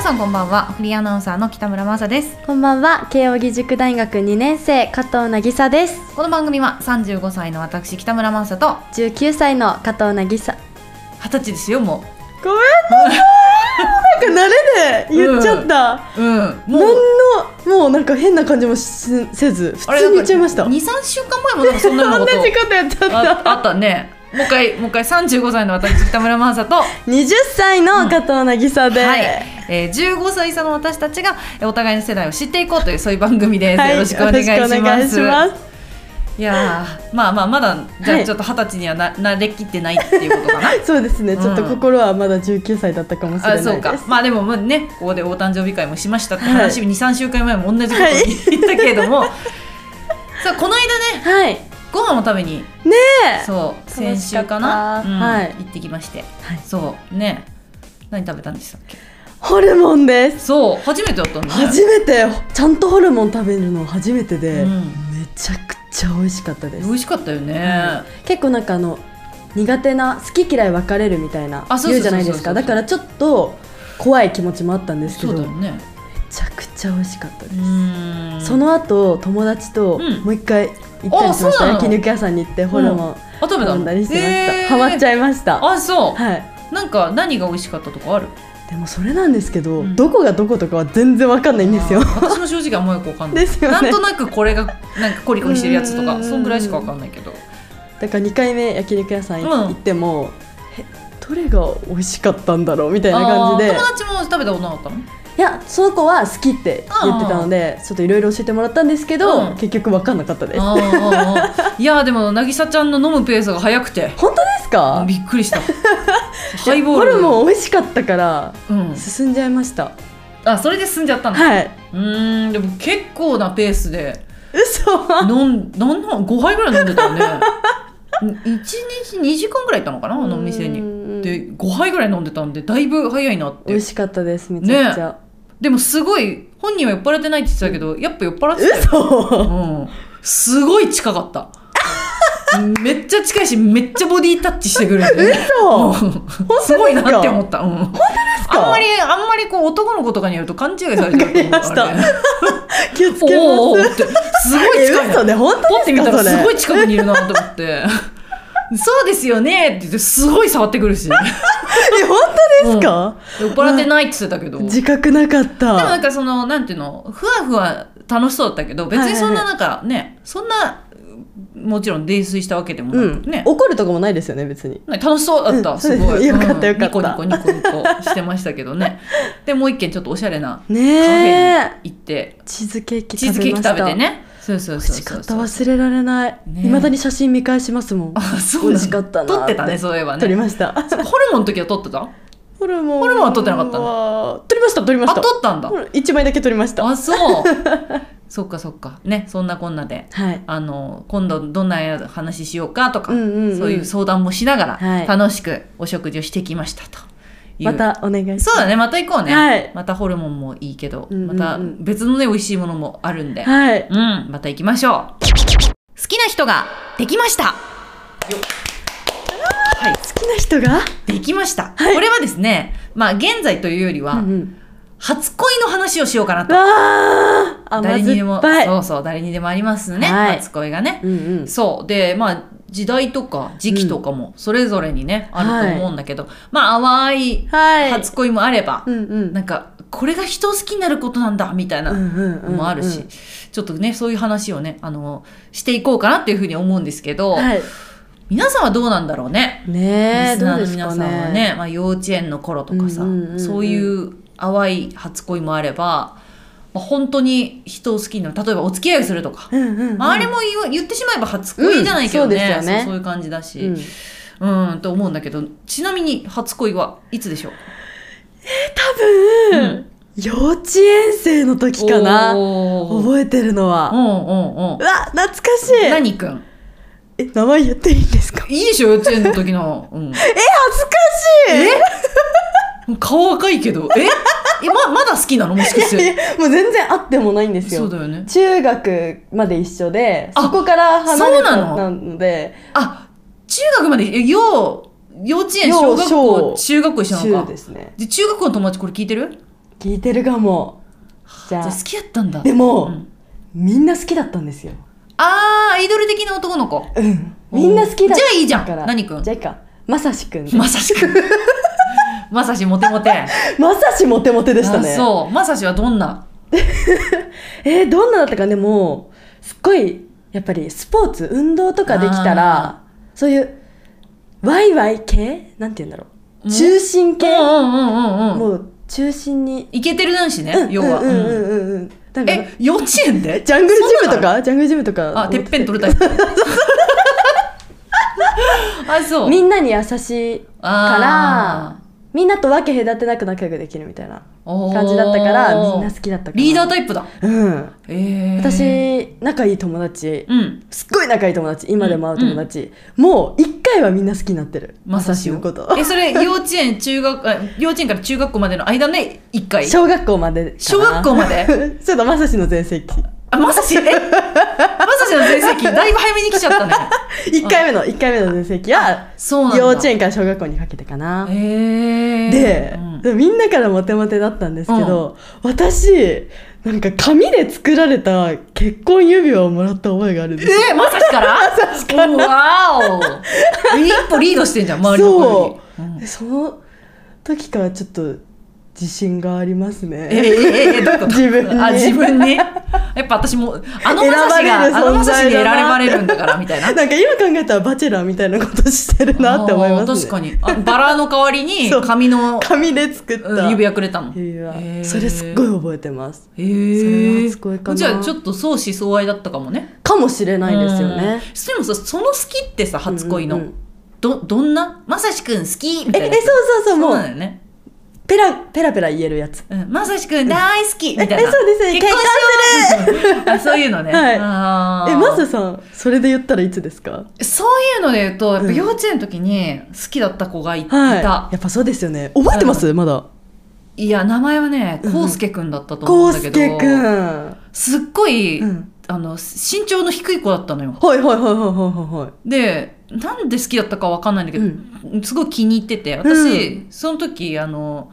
さんこんばんはフリーアナウンサーの北村真麻ですこんばんは慶應義塾大学2年生加藤渚ですこの番組は35歳の私北村真麻と19歳の加藤渚二十歳ですよもごめんなさいなんか慣れで言っちゃった、ううんももうう何のもうなんか変な感じもしせず普あれ通に言っちゃいましたなんか23週間前もなんかそんなような同ことじことやっちゃあ ったあったねもう一回もう一回35歳の私北村真麻と20歳の加藤渚 で、はい、えー、15歳差の私たちがえーお互いの世代を知っていこうというそういう番組です、よろしくお願いしますよろしくお願いしますいやーまあまあまだじゃはあいちょっと二十歳にはな慣れきってないっていうことかなそうですね、ちょっと心はまだ19歳だったかもしれないあですそうかまあでもまあねここでお誕生日会もしましたって話、は二三23週間前も同じことを言ったけれ ども、さあこの間ねはいねご飯を食べにえそう先楽しか週ったかなうんはい行ってきまして、はいそうね何食べたんでしたっけホルモンですそう初めてだったんだね初めてちゃんとホルモン食べるの初めてで、うんめちゃくちゃ美味しかったで美す味しかったよね、結構なんかあの苦手な好き嫌い分かれるみたいなあそう言そううそうじゃそうないですかだからちょっと怖い気持ちもあったんですけそうどだよめねちゃくちゃ美味しかったです、うんその後友達とうんもう一回行ったありしましそうなた、の焼肉屋さんに行ってホルモンあ食べたの飲んだりしてました、へーハマっちゃいましたはあそう、いなんか何が美味しかったとかあるでもそれなんですけど、うんどこがどことかは全然わかんないんですよあー私も正直あんまよくわかんないですよねなんとなくこれがなんかコリコリしてるやつとうかんそんぐらいしかわかんないけどだから2回目焼肉屋さんいうん行っても、えどれが美味しかったんだろうみたいなあ感ーじで友達も食べたことなかったのいやその子は好きって言ってたのでちょっといろいろ教えてもらったんですけど、うん結局分かんなかったですあーあーあーいやーでも渚ちゃんの飲むペースが早くて本当ですかびっくりした ハイボホールルモン美味しかったからうん、進んじゃいました、あそれで進んじゃったの、はい、うーんでも結構なペースで嘘飲んなんなん5杯ぐらい飲んでたよね1日2時間ぐらいいたのかなあのお店ににで5杯ぐらい飲んでたんでだいぶ早いなっ美て味しかったですめちゃくちゃ、でもすごい本人は酔っ払ってないって言ってたけどやっぱ酔っ払ってたよ、嘘うん、すごい近かった めっちゃ近いしめっちゃボディタッチしてくるんで嘘うんすごいなって思った、うん、本当ですかあんまりあんまりこう男の子とかにやると勘違いされてると思うわかりましたあれ気をつおけーおまーってすごいす近えいの嘘ね本ポ当ってで見すたかそられすごい近くにいるなと思って そうですよねって言ってすごい触ってくるし酔え本当ですか、っ払ってないって言ってたけどでも自覚なかっなたんかそのなんていうのふわふわ楽しそうだったけど別にそんななんかねそんなもちろん泥酔したわけでもうなくん、ね、怒るとかもないですよね別になんか楽しそうだった、うんすごい よかったよかったうんニコニコニコニコしてましたけど ねでもう一軒ちょっとおしゃれなカねフえェに行って、チーズケーキチーズ食ケべーまキした食べてねそうそう美そう味しかそうった忘れられないねいま、未だに写真見返しますもん、あそう美味しかった な撮ってたねそういえば撮りねましたそうホルモンの時は撮ってたホルモンホルモンは撮ってなかったのの撮りました撮りまあした撮ったんだホル一枚だけ撮りましたあそう そっかそっかねそんなこんなではいあの今度どんな話しようかとか、うんうんうんそういう相談もしながはらい楽しくお食事をしてきましたという、またお願いしますそうだねまた行こうね、はいまたホルモンもいいけど、うんうんうんまた別のね美味しいものもあるんで、はいうんまた行きましょう好きな人ができましたはい好きな人が、できました、これはですねまあ現在というよりは、うんうん、初恋の話をしようかなとわあ甘誰にで酸もっぱいそうそう誰にでもありますね、はい初恋がね、うんうんそうでまあ時代とか時期とかもそれぞれにね、あると思うんだけど、まあ淡いはい初恋もあれば、うんうんなんかこれが人を好きになることなんだみたいなうんうんうんのもあるし、うんちょっとねそういう話をねあのしていこうかなっていうふうに思うんですけど、はい皆さんはどうなんだろうね。ねえリスどナーうでのすか皆ねさんはね、まあ、幼稚園の頃とかさ、うんうんうんうんそういう淡い初恋もあれば、まあ、本当に人を好きになる例えばお付き合いするとか、うんうんうん、まあ、あれも言う言ってしまえば初恋じゃないけどね,、うんそうですよねそうそういう感じだし、ううんん、と思うんだけどちなみに初恋はいつでしょう多分、幼稚園生の時かなおー覚えてるのは、ううんうんうんわ懐かしい何くんえ名前言っていいんですかいいでしょ幼稚園の時の、うん、え恥ずかしい顔赤いけどえ えままだ好きなのもしかしいやていやもう全然会ってもないんですそようだよね中学まで一緒であそこから離れそうたなのなのであ中学までえ幼幼稚園幼小学校小中学校一緒なの中かですねで中学校の友達これ聞いてる聞いてるかもじゃじゃああ好きやったんだでも、うんみんな好きだったんですよあーアイドル的な男の子うんみんな好きだじゃあいいじゃんから何君じゃあいいかまさしくんでまさし くんまさしモテモテまさしモテモテでしたねあそうまさしはどんなえー、どんなだったかでもすっごいやっぱりスポーツ運動とかできたらそういうワイワイ系なんて言うんだろううん中心う系んうんうんうんもう中心にイケてる男子ね、うん要は、うんうんうんうんなんかえ幼稚園でジャングルジムそとんなのかジャングルジムとかあてっぺん取るタイプ あそうみんなに優しいあみんなと分け隔てなく仲良くできるみたいなー感じだったからみんな好ききだったからリーダータイプだうんえー、私仲いい友達うんすっごい仲いい友達今でも会う友達、もう一回はみんな好きになってるまさしのをことえそれ幼稚園中学あ幼稚園から中学校までの間ね一回小学校までかな小学校まで ちょっとまさしの全盛期あまさしえまさしの全盛期だいぶ早めに来ちゃったね1回目の1回目の全盛期はそうなんだ幼稚園から小学校にかけてかなえー、でうん、でもみんなからモテモテだったんですけど、私なんか紙で作られた結婚指輪をもらった覚えがあるんですよえー、まさし からまさしからわお一歩リードしてんじゃん周りの子よりうんでその時からちょっと自信がありますねええええどういうこと 自分にあ自分にやっぱ私もあの選まさばしがれる存在だなあのまさしに選ばれるんだからみたいななんか今考えたらバチェラーみたいなことしてるなって思いますねあー確かにあバラの代わりに そう髪の紙で作ったうん指輪くれたの指輪へーそれすっごい覚えてますへそれえは初恋かなじゃあちょっと相思相愛だったかもねかもしれないですよねうんでもさその好きってさ初恋の、うんうんどどんなまさしくん好きみえたいえなそうそうそうそもうなんだうよねペラペラペラ言えるやつうんまさしくん大好きみたいなえそうですね結婚しよう あそういうのね、はいあーえまずさんそれで言ったらいつですかそういうので言うとやっうぱん幼稚園の時に好きだった子がい,、はいやたっぱそうですよね覚えてますまだいや名前はねうんこうすけくんだったと思うんこうだけすど、けくんはすっごい、うんあの身長の低い子だったのよいはいはいはいはいはいはいでなんで好きだったかわかんないんだけど、すごい気に入ってて私、その時あの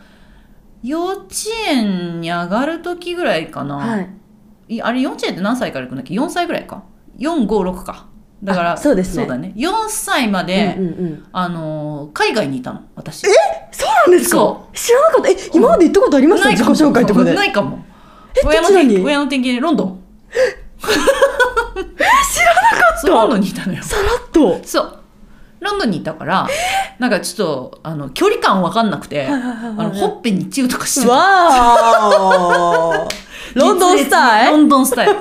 幼稚園に上がる時ぐらいかな、はいいあれ幼稚園って何歳から行くんだっけ4歳ぐらいか456かだからあそうですねだね4歳まで、うんうんうんあの海外にいたの私そうなんですかそ知らなかったえ今まで行ったことありましたない自か己も紹介とかでないかもえ親のどちら転に勤親の転勤でロンドン知らなかったロンドンにいたのよさらっとそうロンドンにいたからなんかちょっとあの距離感分かんなくて、はいはいはいはいあのほっぺにチューとかしてたわ ーロンドンスタイ実ルにロンドンスタイル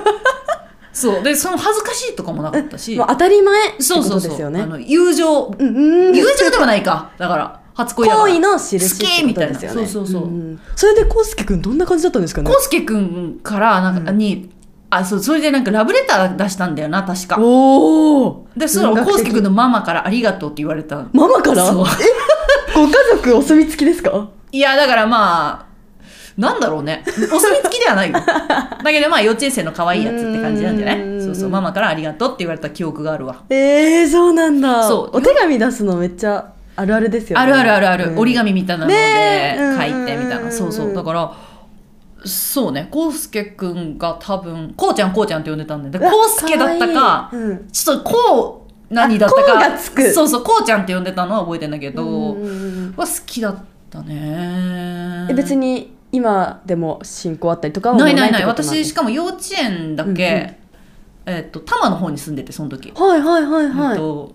そうでその恥ずかしいとかもなかったしもう当たり前ってそうこそうとそでうすよねあの友情うんうん友情ではないかだから初恋だから好意の印ってこ好ときみですたいよなねそうそうそうんそれでコウスケくんどんな感じだったんですかねコウスケくんからなんかに、あそうそれでなんかラブレター出したんだよな確かおおでそのコウスケくんのママから「ありがとう」って言われたママからえそうご家族お墨付きですかいやだからまあなんだろうねお墨付きではないよだけどまあ幼稚園生の可愛いやつって感じなんじゃなうーいんそうそうママから「ありがとう」って言われた記憶があるわえー、そうなんだそうお手紙出すのめっちゃあるあるですよねあるあるあるある、うん折り紙みたいなのでねえ書いてみたいな、うんそうそうだからそうねこうすけくんが多分こうちゃんこうちゃんって呼んでたんででわこうすけだったかわいいうんちょっとこう何だったかあこうがつくそうそうこうちゃんって呼んでたのは覚えてんだけど、うんうんうんは好きだったねえ別に今でも進行あったりとかはもうないないっないてことんで私しすかも幼稚園だけ、うんうんえっと多摩の方に住んでてその時、はいはいはいえはっい、と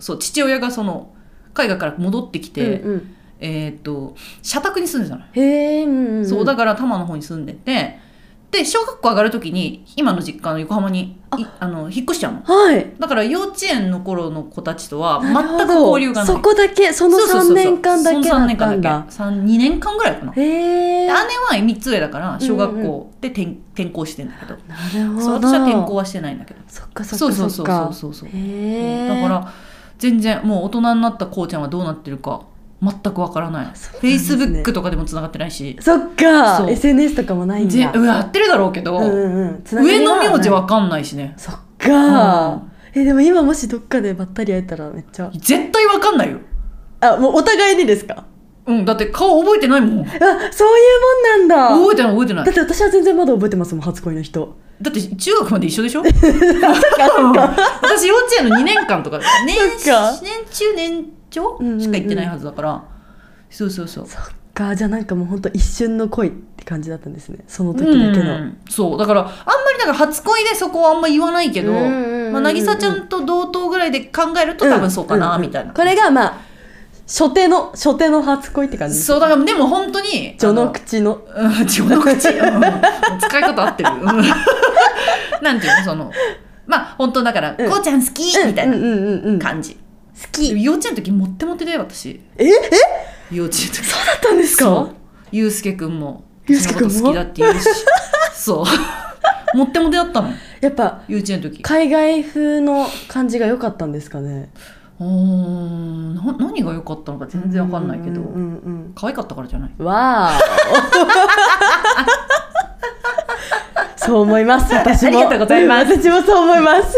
そう父親がその海外から戻ってきて、うんうん、えっと社宅に住んでたのよ、へえ、うんうん、そうだから多摩の方に住んでてで小学校上がる時に今の実家の横浜にいあの引っ越しちゃうのはいだから幼稚園の頃の子たちとはなるほ全どく交流がないそこだけそのそうそうそう3そう年間だけそだの3っ年た間んだだけ三2年間ぐらいかなでへえ姉なはる3つ上だから小学うん校で転,、転校してんだけどほどそう私は転校はしてないんだけどそっかそそうっかそそうっそうそかうそうそうへうんえだから全然もう大人になったこうちゃんはどうなってるか全くわからないそうなんフェでイすスねブックとかでもつながってないしそっかそう SNS とかもないんぜだうんやってるだろうけど、うんうんうんつながり上のない名字わかんないしねそっか、うんえでも今もしどっかでばったり会えたらめっちゃ絶対わかんないよあもうお互いにですかうん、だって顔覚えてないもん。あそういうもんなんだ覚えてない覚えてないだっ。て私は全然まだ覚えてますもん初恋の人だって中学まで一緒でしょ うん私幼稚園の2年間とか年 そっか年中年長うんうんうんしか行ってないはずだから、そうそうそうそっかじゃあなんかもうほんと一瞬の恋って感じだったんですねその時だけの、うんそうだからあんまりだから初恋でそこはあんま言わないけど、うんうんうんうんまあ、渚ちゃんと同等ぐらいで考えると多分そうかな、んんんみたいな、これがまあ初手の初手の初恋って感じそうだからでも本当に序の口口の序の口、うん使い方合ってる、 うんなんていうのそのまあ本当だから、うんこうちゃん好きみたいうんなうんうんうん好感じ、き幼稚園の時モってモテで私ええ幼稚園の時だったんですそかうゆうすけくんもゆうすけくんも私のこと好きだって言う しそうモってモテだったのやっぱ幼稚園の時海外風の感じが良かったんですかねうーんな何が良かったのか全然わかんないけど、うんうんうん可愛かったからじゃないうんわーお そう思います私もありがとうございます私もそう思います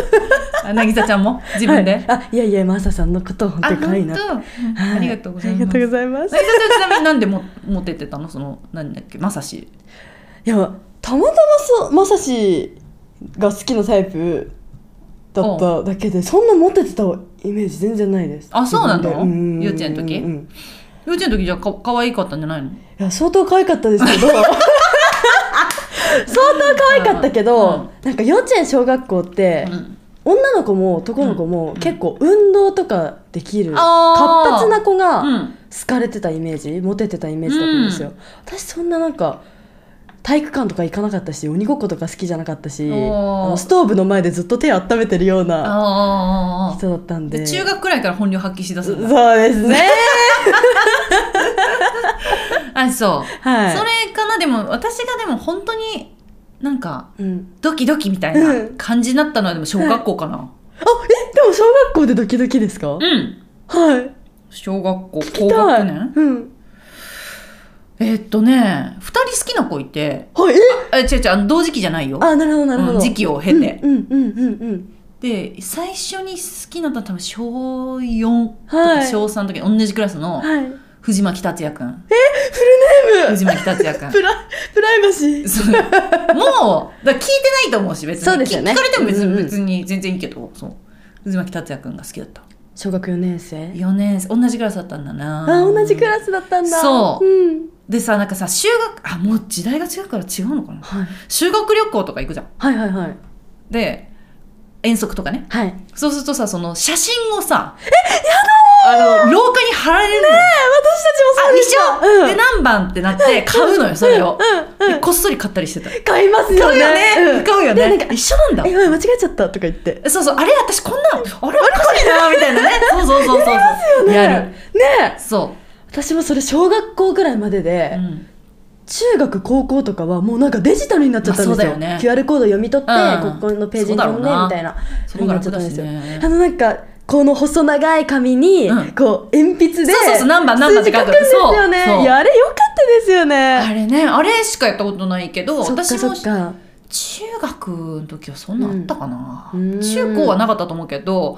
あなぎさちゃんも自分で、はい、あいやいやマサさんのこと本当あに可愛いな本当うんはいありがとうございありまがすとうなございますぎさちゃんちなみになんでもモテてたのその何だっけまさしいやたまたまそまさしが好きなタイプだっただけでそんなモテてたイメージ全然ないですあそうなの自分でうん幼稚園の時うんうん幼稚園の時じゃあか可愛かったんじゃないのいや相当可愛かったです けど相当可愛かったけど、うんなんか幼稚園小学校って、うん女の子も男の子もうん結構運動とかできる、あー活発な子が、うん好かれてたイメージモテてたイメージだったんですよ、う私そんななんか体育館とか行かなかったし鬼ごっことか好きじゃなかったしあおーのストーブの前でずっと手温めてるようなああ人だったんでで中学くらいから本領発揮しだすんだそうですね あそうはいそれかなでも私がでも本当になんかうん、ドキドキみたいうんな感じになったのはでも小学校かな、あえでも小学校でドキドキですか、うんはい小学校痛高い学年うんえーっとね2人好きな子いてはいええ違う違うあの同時期じゃないよ、あなるほどなるほど、うん時期を経て、うんうんうんうんで最初に好きなのは多分小4とはかい小3の時、同じクラスのはいフ藤巻達也くんルネー藤巻達也くムんプラプライバシーそうもうだから聞いてないと思うし別にそうですよね聞聞かれても別に,、うんうん別に全然いいけどそう藤巻達也くんが好きだった小学4年生4年生同じクラスだったんだなあ同じクラスだったんだそううんでさなんかさ修学あもう時代が違うから違うのかなはい、修学旅行とか行くじゃんはいはいはいで遠足とかねはいそうするとさその写真をさえやだあの廊下に貼られるの、私たちもあそうでし一た。緒、うんで何番ってなって買うのよそれを、うんうでんこっそり買ったりしてた買いますよね。うん買うよねでなんか一緒なんだえ、おい間違えちゃったとか言って。そうそうあれ私こんなのあれおかしいなみたいなね そうそうそうそうやりますよねやるねえそ私もそれ小学校ぐらいまでう、うで、ん、中学高校とかはもうなんかデジタルになっちゃったんですよ。まあそうだよね QR コード読み取って、うんここのページそうに飛んでだろうなみたいな。そこが楽だしあねのなんかこの細長い紙に、うんこう鉛筆そでうそうそう何番何番数って字書書くくんですよね。そうそういやあれ良かったですよね。あれねあれしかやったことないけどそっか私そもっか。中学の時はそんなあったかな、うんうん中高はなかったと思うけど、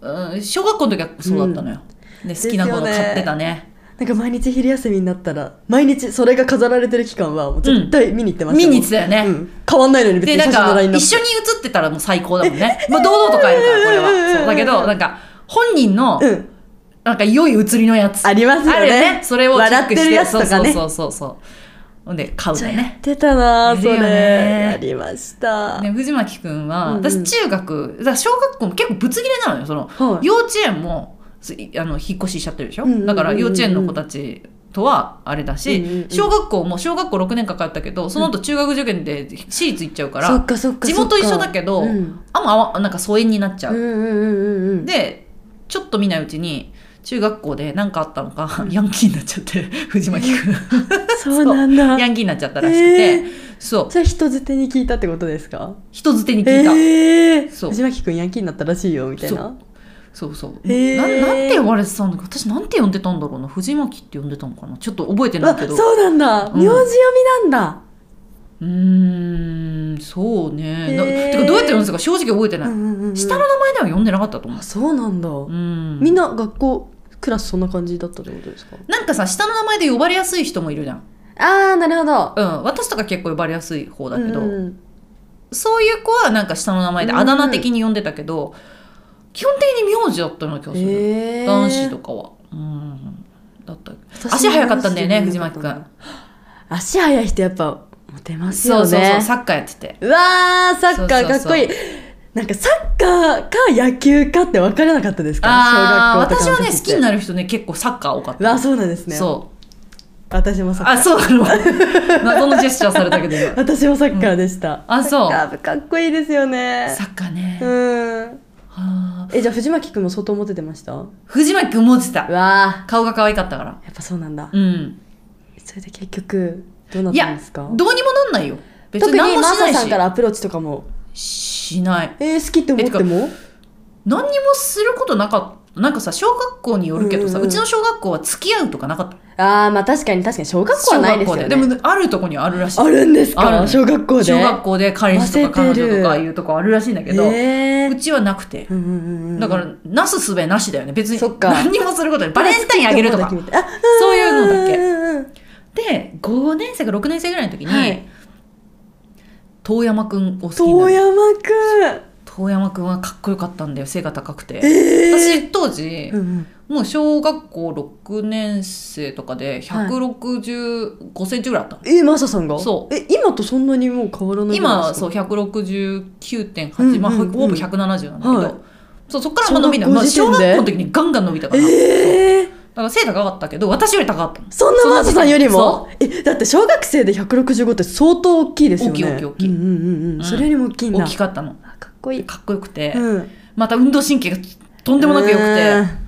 うん、小学校の時はそうだったのよ、で好きなものですよね買ってたねなんか毎日昼休みになったら毎日それが飾られてる期間はもう絶対見に行ってました見もん、に行ってたよね、うん、変わんないのに別でになん写真のかラインナ一ップ緒に写ってたらもう最高だもんね、まあ、堂々と買えるからこれうんうんうんうんはそうだけどなんか本人のうん、なんか良い写りのやつありますよねあるよねそれをチェッ笑っクしててるやつとかねそうそうそうそうほんで買うんだよやねってたなあそれやるよねやりました、ね藤巻くんは、うんうん私中学だから小学校も結構ぶつ切れなのよそのはい幼稚園もすあの引っ越ししちゃってるでしょ、うんうんうんうんだから幼稚園の子たちとはあれだし、うんうんうん小学校も小学校6年間通ったけどその後中学受験で私立行っちゃうから、そっかそっかそっか地元一緒だけどうん、あんま合わなんか疎遠になっちゃうんう、うんうんうんでちょっと見ないうちに中学校で何かあったのか、ヤンキーになっちゃって藤巻く んそうなんだヤンキーになっちゃったらしくて、えーそうそれ人づてに聞いたってことですか人づてに聞いた、ええそう藤巻くんヤンキーになったらしいよみたいそなそうそう、へーななんて呼ばれてたんだか私なんて呼んでたんだろうな藤巻って呼んでたのかなちょっと覚えてないあけどそうなんだうん名字読みなんだ、うーんそうね、なへーてかどうやって呼んですか正直覚えてうない、んうんうんうん下の名前では呼んでなかったと思あそうなんだ、う、うん、みんな学校クラスそんな感じだったってことですかなんかさ下の名前で呼ばれやすい人もいるじゃん、ああなるほどうん、私とか結構呼ばれやすい方だけど、うんそういう子はなんか下の名前でうんあだ名的に呼んでたけど、基本的に名字だったような気がする、えー男子とかはうんだった足速かったんだよね藤巻くん足速い人やっぱモテますそようねそうそうサッカーやっててうわーサッカーかっこいいなんかサッカーか野球かって分からなかったですかああ私はね好きにななる人ね結構サッカー多かっうわたそうなんですねそう私もサッカーあそうな の謎のジェスチャーされたけど今私もサッカーでした、あそうサッカー部かっこいいですよねサッカーね、はうんあえじゃあ藤巻くんも相当モテてましたう藤巻君持ってたわ顔が可愛かったからーやっぱそうなんだ、うんそれで結局どうないったんやですかどうにもなんないよ別特にに何もマしなサいさんかしらアプローチとかもしないえー、好きって思っても何にもすることなかったなんかさ小学校によるけどさ、ううんうんうんちの小学校は付き合うとかなかったああまあ確かに確かに小学校は小ないで学す校よでねでもあるとこにはあるらしいあるんですあるかの小学校で小学校で彼氏とか忘れて彼る女とかいうとこあるらしいんだけど、えうちはなくて、うんうんうんうんだからなすすべなしだよね別にそっか何にもすることないバレンタインあげるとかそういうのだけけで5年生か6年生ぐらいの時に、はい遠山くんを好きにな遠る山くん遠山くんはかっこよかったんだよ背が高くてえー私当時、うんうんもう小学校6年生とかで165センチぐらいあったの、えマサさんがそうえ今とそんなにもう変わらない今そうう169.8、うんうんうんまあほぼ170なんだけど、はいそうそっからあんま伸びない、まあ、小小学校学校の時点で時にガンガン伸びたから、だええから背高かったけど私より高かったのそんなそんなマサさんよりもそえだって小学生で165って相当大きいですよね大きい大きい大きいうんうんうんうんそれよりも大きいん大だきかったのあかっこいいかっこよくて、うんまた運動神経がとんでもなく良くて、うん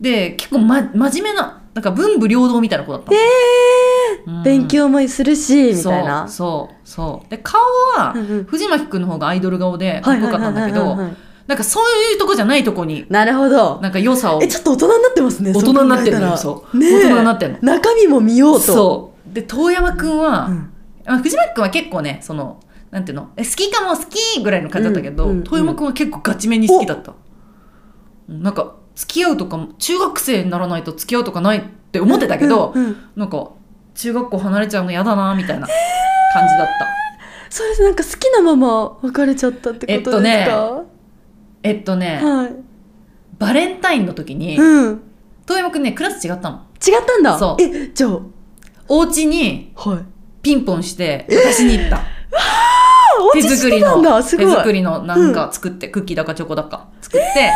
で結構、ま、真面目ななんか文武両道みたいな子だったの、えうんー勉強もするしみたいなそうそうそうで顔はうんうん藤巻くんの方がアイドル顔でかはっいこよはいかっはたいんだはけいはいどはいなんかそういうとこじゃないとこになるほどなんか良さをえちょっと大人になってますね大人になってるのよそうそう、考えたらねえ大人になってるの中身も見ようとそうで遠山くんは、んまあ、藤巻くんは結構ねそのなんていうのえ好きかも好きぐらいの感じだったけど、うんうんうん遠山くんは結構ガチめに好きだったうんなんか付き合うとかも中学生にならないと付き合うとかないって思ってたけど、うんうんなんか中学校離れちゃうの嫌だなみたいな感じだった、そうですなんか好きなまま別れちゃったってことえですか、っとねえっとね、はい、バレンタインの時に、うん違っ遠山くんねクラス違ったのたんだそうえじゃあお家にはいピンポンして渡しに行ったあお手家知作っりてたんだのす手ごい作りのなんか作って、クッキーだかチョコだか作って、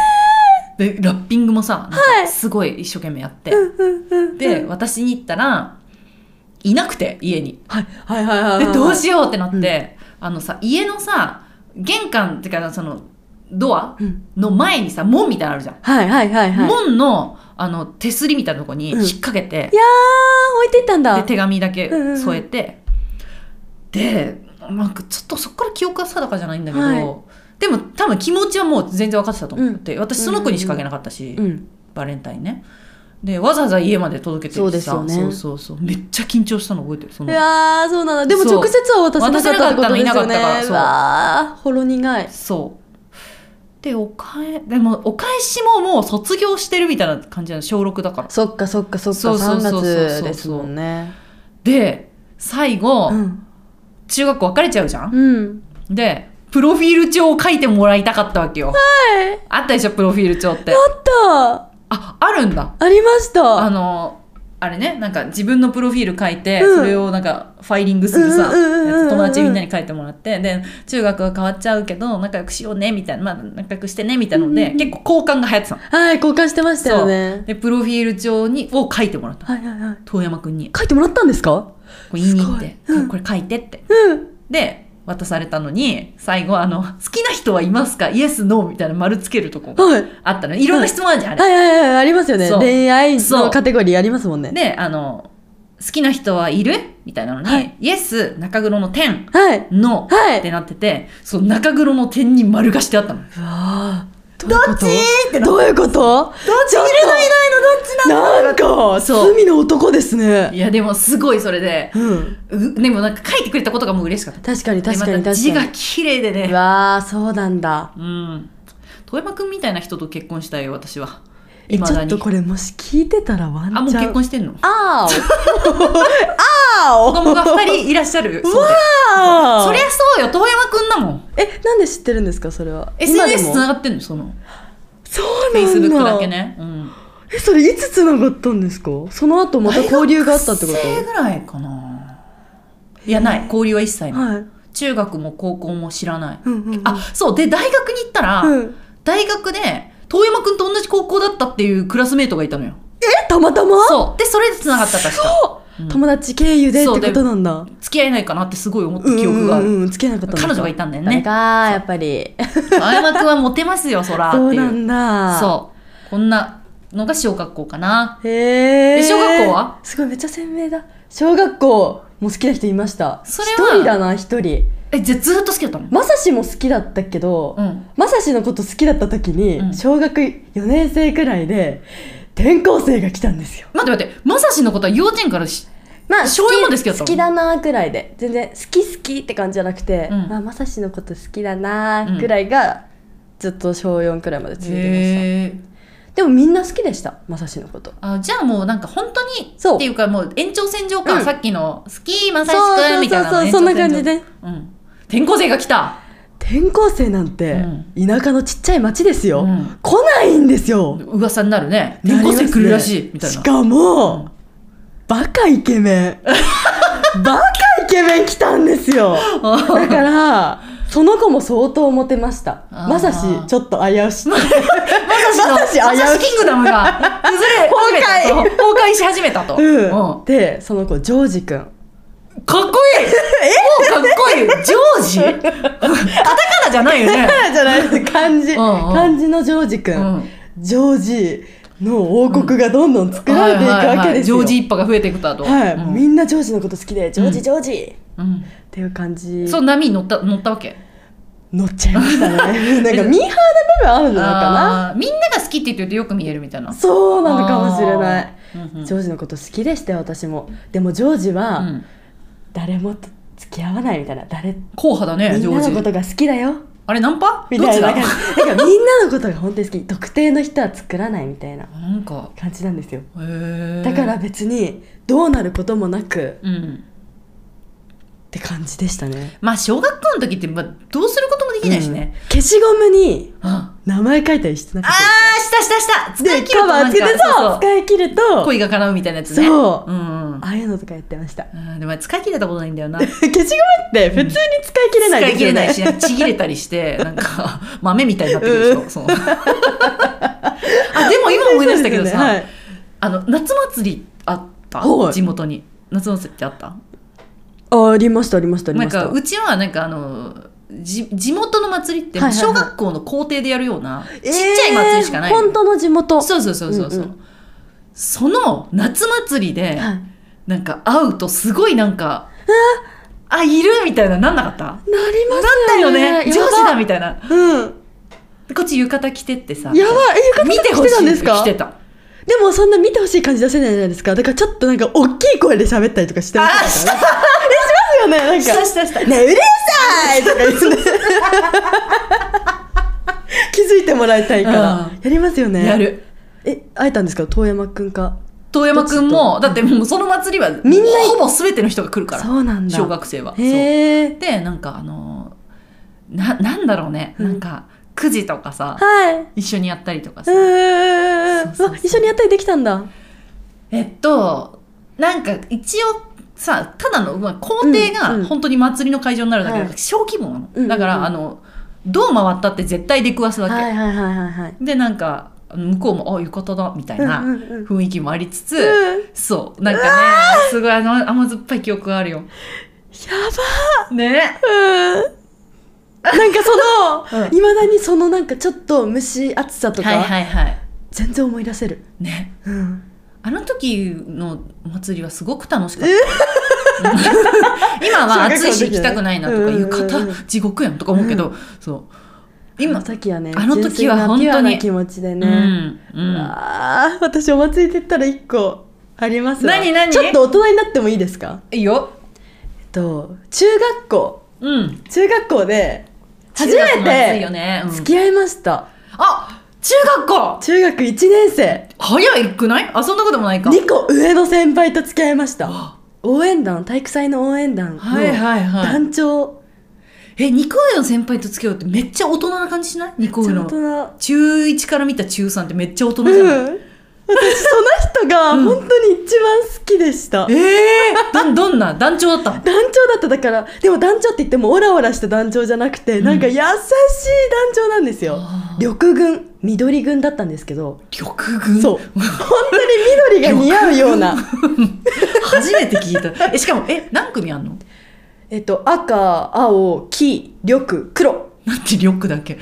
でラッピングもさなんはかいすごい一生懸命やって、うんうんうんうんで私に行ったらいなくて家にはいはいはいはいはいでどうしようってなって、あのさ家のさ玄関っていうかそのドアうんの前にさ門みたいなのあるじゃん、はいはいはいはい門のあの手すりみたいなとこに引っ掛けてい、やー置いてったんだで手紙だけうんうんうん添えて、でなんかちょっとそこから記憶は定かじゃないんだけど、はいでも多分気持ちはもう全然分かってたと思って、私その子にしかあげなかったし、うんバレンタインねでわざわざ家まで届けてるしさそうですそようねそうそうめっちゃ緊張したの覚えてるそうのわーそうなんだでもそう直接は渡せなかったってことですよね渡せなかったのいなかったからそうわーほろ苦いそうでおかえでもお返しももう卒業してるみたいな感じなの小6だからそっかそっかそっそかうそ三うそうそう月ですもんねで最後、うん中学校別れちゃうじゃん、うんでプロフィール帳を書いてもらいたかったわけよはいやあったでしょプロフィール帳ってったああるんだありましたあのあれねなんか自分のプロフィール書いて、うんそれをなんかファイリングするさ、うんうんうんうんうんやつ友達みんなに書いてもらってで中学は変わっちゃうけど仲良くしようねみたいな、まあ、仲良くしてねみたいなので、うんうん結構交換が流行ってたのはい交換してましたよねでプロフィール帳にを書いてもらったのはいはいはい遠山くんに書いてもらったんですかこれ言いに行ってす、ごいうんこれ書いてってうんで渡されたのに最後あの「好きな人はいますかイエスノー」みたいな丸つけるとこはいあったのいろんな質問あるじゃん、あれはいはいはいありますよねそう恋愛そのうカテゴリーありますもんねであの好きな人はいるみたいなのに、はいイエス中黒の点はいの、はいってなっててその中黒の点に丸がしてあったのうわーどどっちってなどういうことどっちいるのいいないのどっちなのなんかそう罪の男ですいねやでもすごいそれでうんうでもなんか書いてくれたことがもう嬉しかった確かに確かでにまた字確かがに綺麗でうねわーそうなんだうん遠山くんみたいな人と結婚したいよ私はえいまちょだっにとこれもし聞いてたらワンチャンあもう結婚してん のあ子おあ供が2人いらっしゃるそうであそりゃそうよ遠山くんだもんえなんで知ってるんですかそれは今で SNS つもながってんのそのそうなんだ Facebook だけねうんえそれいつつながったんですかその後また交流があったってこと大学生ぐらいかないやない交流は一切ないはい中学も高校も知らないうんうんうんあそうで大学に行ったら、うん大学で遠山くんと同じ高校だったっていうクラスメートがいたのよえたまたまそうでそれでつながった確かそう、うん友達経由でってことなんだ付き合えないかなってすごい思った記憶がある、うんうんうんつけなかった彼女がいたたんだよねねかやっぱり青山くんはモテますよそらってそういなうんだそうこんなのが小学校かなうへええ小学校はすごいめっちゃ鮮明だ小学校も好きな人いましたそれは一人だな一人えじゃあずっと好きだったのまさしも好きだったけど、うんまさしのこと好きだった時に、うん小学4年生くらいで転校生が来たんですよ待って待ってまさしのことは幼稚園からしまあ小四まで好きだったの好きだなーくらいで全然好き好きって感じじゃなくて、うんまあ、まさしのこと好きだなーくらいが、ずっと小4くらいまで続いてへーましたでもみんな好きでしたまさしのことあじゃあもうなんか本当にそうっていうかもう延長線上か、うんさっきの「好きまさしそうくそん」うみたいなそうのそんな感じ、延で長線上うん、転校生が来た転校生なんて、田舎のちっちゃい町ですよ、うん来ないんですよ噂になるね転校生来るらしいみたいしなかも、うんバカイケメ ンバカイケメン来たんですよだからその子も相当モテましたあーまさしちょっと危うしま まさしさし危うしキングダムが崩れ崩れたと 崩崩壊し始めたと、うんうんかっこでその子ジョージ君 いいもうかっこいいジョージカタカナじゃないよね、 じゃないです漢字うんうん漢字のジョージう君んジョージの王国がどんどん作られていくわけですよはいはいはいジョージ一派が増えていくとあとはいもうみうんなジョージのこと好きでジョージジョージんっていう感うじんそう波に乗った乗ったわけ乗っちゃいま したねなんかミーハーな部分あるんじゃないかなあーみんなが好きって言ってるとよく見えるみたいなそうなのかもしれない、うんうんジョージのこと好きでしたよ私もでもジョージうはん誰もと付き合わないみたいな誰み硬派だねジョんなのこージとが好きだよあれナンパみどったちいなだ感じなんかみんなのことが本当に好き特定の人は作らないみたいななんか感じなんですよへーだから別にどうなることもなくうんって感じでしたねまあ小学校の時ってまあどうすることもできないしね、うん消しゴムにあ名前書いたりしてなあかっーしたしたしたた使い切るカとバなーんつかけてそそううそう使い切ると恋が叶うみたいなやつねそうんうんああいうのとかやってましたうんでも使い切れたことないんだ よな消しゴムって普通に使い切れない使でいす切よれなねいしなんかちぎれたりしてなんか 豆みたいになってくるでしょ、 そうあでも今思い出したけど さ、はいあの夏祭りあったはい地元に夏祭りってあったあありましたありましたありなんましたかうちはなんかあのじ地元の祭りってはいはいはい小学校の校庭でやるようなちっちゃい祭りしかないえの、ー本当の地元そうそうそうそうそう、うんうその夏祭りではいなんか会うとすごいなんかあいるみたいななんなかったなっなりますたよね上司だみたいなたうんこっち浴衣着てってさやばい浴衣見て着ほてしいたんですか着てたでもそんな見てほしい感じ出せないじゃないですかだからちょっとなんか大きい声で喋ったりとかしてまあししたたからねえしますよねなんかしたしたしたねうるさいとか言 ってね気づいてもらいたいからうんやりますよねやるえ会えたんですか遠山くんか遠山くんもだってもうその祭りはみんなほぼ全ての人が来るからそうなんだ小学生はそうへえでなんかあのななんだろうね、うんなんかくじとかさはい一緒にやったりとかさ、うそんうそうそうわ一緒にやったりできたんだえっとなんか一応さただの、まあ、校庭うんうがん本当に祭りの会場になるだけだから、はい小規模なうんうんうのんだから、あのどう回ったって絶対出くわすわけ、はいはいはいはいはいでなんか向こうも「あ浴衣だ」みたいうんうなんうん雰囲気もありつつ、うんそうなんかねすごいあの甘酸っぱい記憶があるよやねばうんなんかそのうんいま、未だにそのなんかちょっと蒸し暑さとか、はいはいはい全然思い出せる、ねうん、あの時の祭りはすごく楽しかった。 今は暑いし行きたくないなとか、うんうんうん浴衣地獄やんとか思うけど、そう。あ今の、時はねあの時は本当に純粋なピュアな気持ちでうね、ん、うん。あー私お祭りって言ったら一個ありますわ何何ちょっと大人になってもいいですかいいよ。えっと中学校うん。中学校で初中学の祭りめよてね。うん付き合いました、あ中学校中学1年生早いくないあそんなこともないか2個上の先輩と付き合いましたあ応援団体育祭の応援団のはいはいはい団長え二個上の先輩と付き合うってめっちゃ大人な感じしない二個ち上ゃの んとな中1から見た中3ってめっちゃ大人うじゃない、ん私その人がうん本当に一番好きでした、ええどど んな団長だったの団長だっただからでも団長って言ってもオラオラした団長じゃなくて、うんなんか優しい団長なんですよあー緑軍緑軍だったんですけど緑軍そう本当に緑が似合うような 初めて聞いたえしかもえ何組あんのえっと赤青黄緑黒なんて緑だっけ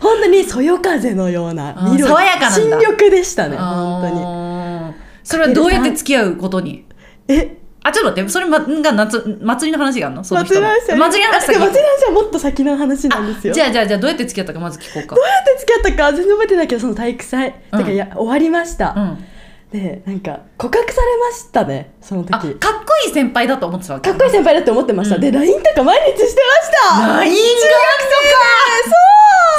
本当にそよ風のようなあー爽やかなんだ新緑でしたね本当に本当にそれはどうやって付き合うことにえあちょっと待ってそれまが夏祭りの話があるのその松人井の蘭社祭りの話で先松井蘭社はもっと先の話なんですよじゃあじゃあじゃあどうやって付き合ったかまず聞こうかどうやって付き合ったか全然覚えてないけどその体育祭だからいや、終わりました、うん、でなんか告白されましたねその時あかっこいい先輩だと思ってたわけかっこいい先輩だって思ってました、うんで LINE とか毎日してました LINE が中学とかそう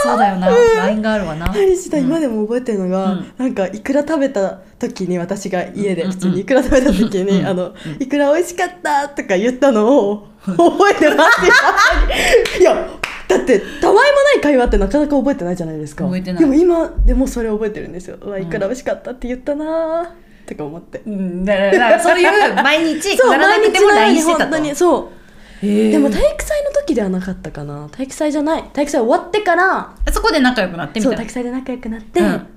そうだよな、うんラインがあるわな毎日だ、うん今でも覚えてるのが、うんなんかいくら食べた時に私が家でうん普通にいくら食べた時にう「んあうのんいくら美味しかった」とか言ったのを覚え てますよいやだってたわいもない会話ってなかなか覚えてないじゃないですか覚えてないでも今でもそれ覚えてるんですよ「うわいくら美味しかった」って言ったなーとか思って、うんだからだからそういう毎日 そうならなくても毎 LINE 日してた本と当にそうででも体育祭の時ではなかったかな体育祭じゃない体育祭終わってからそこで仲良くなってみそたういな体育祭で仲良くなって、うん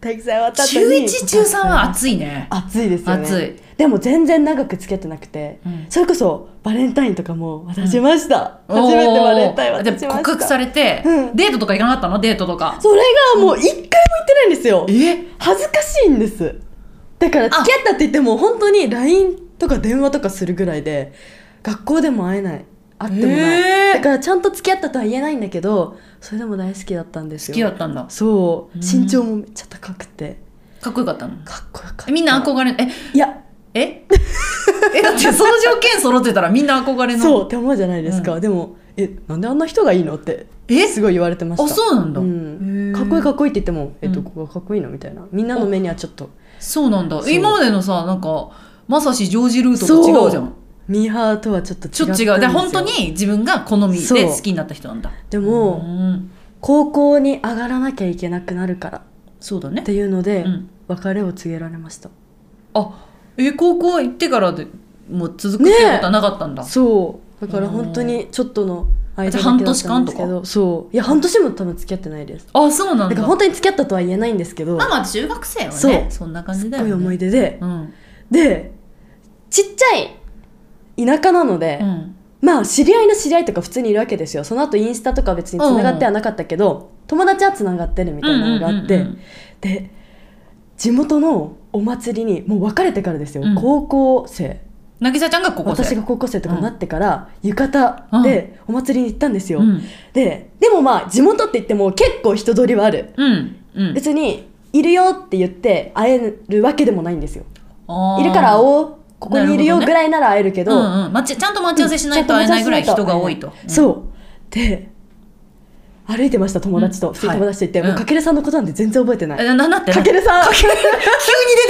体育祭終わった後中に1中3は暑いね暑いですよね暑いでも全然長く付き合ってなくて、うんそれこそバレンタインとかも渡しました、お初ーめてバレンタイン渡しましでた告白されて、うんデートとか行かなかったのデートとかそれがもう一回も行ってないんですよえ恥ずかしいんですだから付き合ったって言っても本当に LINE とか電話とかするぐらいで学校でも会えない会ってもない、えーだからちゃんと付き合ったとは言えないんだけどそれでも大好きだったんです好よきだったんだそううん身長もめっちゃ高くてかっこよかったのかっこよかったみんな憧れえいや ええだってその条件揃ってたらみんな憧れのそうって思うじゃないですか、うでもえなんであんな人がいいのってえすごい言われてましたあそうなんだ、うんへーかっこいいかっこいいって言っても、えっと、うんここがかっこいいのみたいなみんなの目にはちょっとそうなんだそう今までのさなんかまさしジョージ・ルートと違うじゃそんミーハーとはちょっと違ちょっと違うったんでですよ本当に自分が好みそうで好きになった人なんだでうも、ん高校に上がらなきゃいけなくなるからっそうだねていうので、うん別れを告げられましたあえ高校行ってからでもう続くっていうことはなかったんだ、そうだから本当にちょっとの間だけじゃあ半だっ年たん間でとすかけどそういや半年も多分付き合ってないですあそうなんだだから本当に付き合ったとは言えないんですけどまあまあ中学生はねそそうそんな感じだよすごねい思い出でうんでちっちゃい田舎なので、うんまあ知り合いの知り合いとか普通にいるわけですよその後インスタとか別に繋がってはなかったけど、友達は繋がってるみたいなのがあって、うんうんうんうんで地元のお祭りにもう別れてからですよ、うん高校生渚ちゃんが高校生私が高校生とかになってから、浴衣でお祭りに行ったんですよ、うんででもまあ地元って言っても結構人通りはあるうんうん別にいるよって言って会えるわけでもないんですよあーいるから会おうここにいるよなるほどねぐらいなら会えるけどうんうん、待ちちゃんと待ち合わせしないと会えないぐらい人が多いと、うんそうで歩いてました友達と、うん普通に友達と行って、はいもうかけるさんのことなんて全然覚えてない、えななんだってかけるさんかけ急に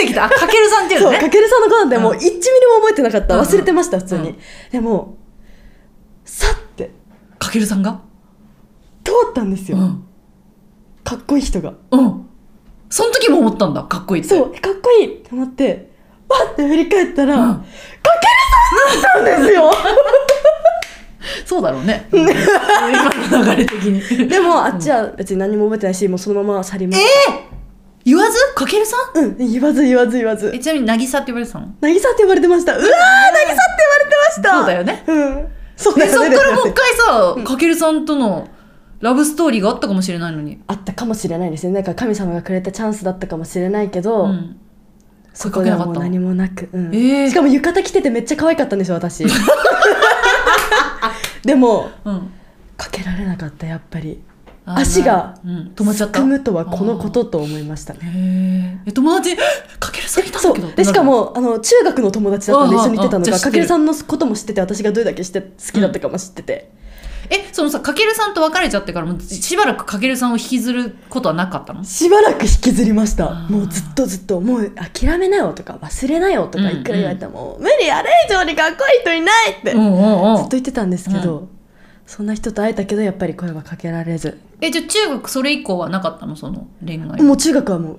出てきたあかけるさんっていうそのうかねけるさんのことなんてもう1ミリも覚えてなかったうんうん忘れてました普通に、うんでもさってかけるさんが通ったんですうよ、んかっこいい人がうんその時も思ったんだかっこいいってそうえかっこいいって思ってわって振り返ったら、うんかけるさんだったんで すよそうだろうね 今の流れ的にでもあっちは別に何も覚えてないしもうそのまま去りまえしえ言わずかけるさんた、うん言わず言わず言わずえちなみに渚って言われてたの渚って呼ばれてましたうわー渚って呼ばそうだよれて ねましたうんそうだで そよっねからもう一回さ、かけるさんとのラブストーリーがあったかもしれないのに。あったかもしれないですねだから神様がくれたチャンスだったかもしれないけど、うん。声そかこけでなはかもっうた何の。もなく、うんえーしかも浴衣着ててめっちゃ可愛かったんですよ 私でもうん。かけられなかったやっぱりあー足がうん、止まっちゃった。組むとはこのことと思いましたあー。ねへえ。え友達かけるさんいたんそだけど。うでしかもあの中学の友達だったんであー一緒に行ってたあのーじゃがあ知ってかるけるさんのことも知ってて私がどれだけして好きだったかも知ってて、ええそのさかけるさんと別れちゃってからもしばらくかけるさんを引きずることはなかったのしばらく引きずりましたあーもうずっとずっともう諦めなよとか忘れなよとかうんうんいくら言われても、無理あれ以上にかっこいい人いないって、うんずうんっうとん言ってたんですけど、そんな人と会えたけどやっぱり声はかけられず、えじゃあ中学それ以降はなかったのその恋愛 もう中学はもう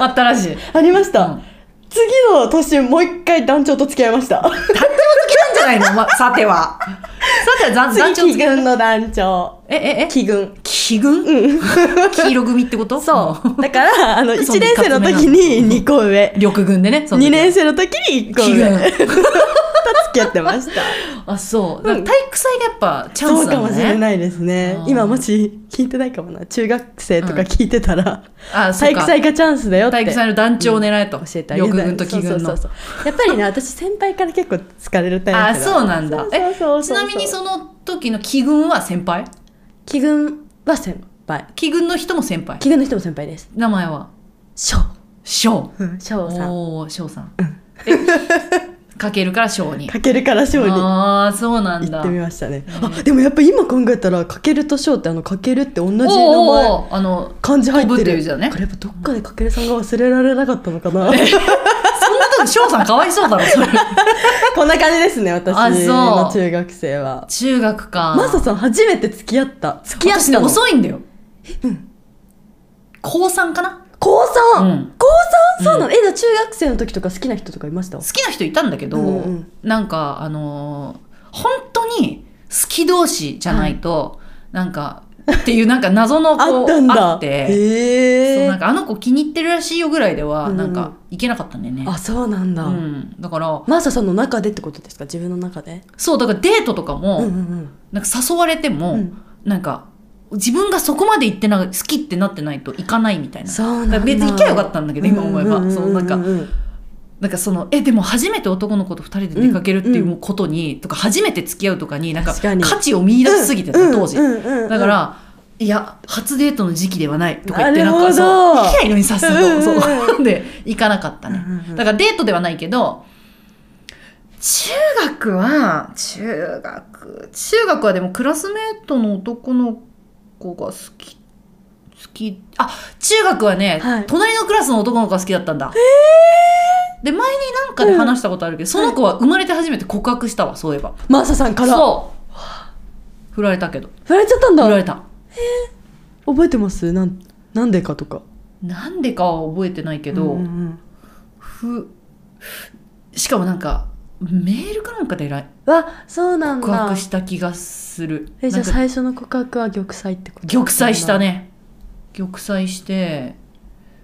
あったらしいありました、うん次の年もう一回団長と付き合いましたなんじゃないの、ま、さてはさては団団長付次気き合い軍の団長えええ気軍気群、黄色組ってことそうだからあの そんな1年生の時に2個上ん緑群でねその時2年生の時に1個気上と付群き合ってましたあそう、うん体育祭がやっぱチャンそうスなかんもだしねれないですねあー今もし聞いてないかもな中学生とか聞いてたら、あそう体か育祭がチャンスだよって体育祭の団長を狙えと、教えてあげたい緑群と気群のそうそうそうそうやっぱりね私先輩から結構好かれるタイプあそうなんだそうそうそうそうちなみにその時の気群は先輩気群は先輩気群の人も先輩気群の人も先輩です名前は翔翔うん翔さんおお翔さん、えかけるから翔にかけるから翔に行ああそうなんだってみましたねへーあでもやっぱ今考えたらかけると翔ってあのかけるって同じ名お前ーおーあの漢字入飛っぶってていうる字だねこれやっぱどっかでかけるさんが忘れられなかったのかなそんなとこ翔さんかわいそうだろそれこんな感じですね私あそうの中学生は中学かマサさん初めて付き合った付き合っ私ねたの遅いんだよ高3かな高三、うん高三そうなの、えじゃあ中学生の時とか好きな人とかいました好きな人いたんだけど、うんうんなんかあのー本当に好き同士じゃないと、なんかっていうなんか謎の あこっうたんだって、そうへなんえかあの子気に入ってるらしいよぐらいでは、うんうんなんかいけなかったんだよね。あそうなんだ、うん、だからマサさんの中でってことですか自分の中でそうだからデートとかも、うんうんなんか誘われても、うんうんなんか自分がそこまで行ってな好きってなってないと行かないみたいな。そうなんだかだら別に行けばよかったんだけど今思えば、そうなんかうんなんかそのえでも初めて男の子と二人で出かけるっていうことに、とか初めて付き合うとかになんか確かに価値を見出しすぎてた、うん当時、うんうんうんだから、いや初デートの時期ではないとか言ってななるんかほどそう行きゃいいのにさっさと、うんうんうんそう で行かなかったね、うんうんうんだからデートではないけど中学は中学中学はでもクラスメートの男の子が好き好きあ中学はね、はい隣のクラスの男の子が好きだったんだで前になんかで話したことあるけど、その子は生まれて初めて告白したわそういえばマサさんからそう振られたけど振られちゃったん振らだれた覚えてますなんなんでかとかなんでかは覚えてないけど、うんうんふしかもなんかメールかなんかでらうんわそうなんだ告白した気がするえじゃあなんか最初の告白は玉砕ってこと玉砕したね玉砕して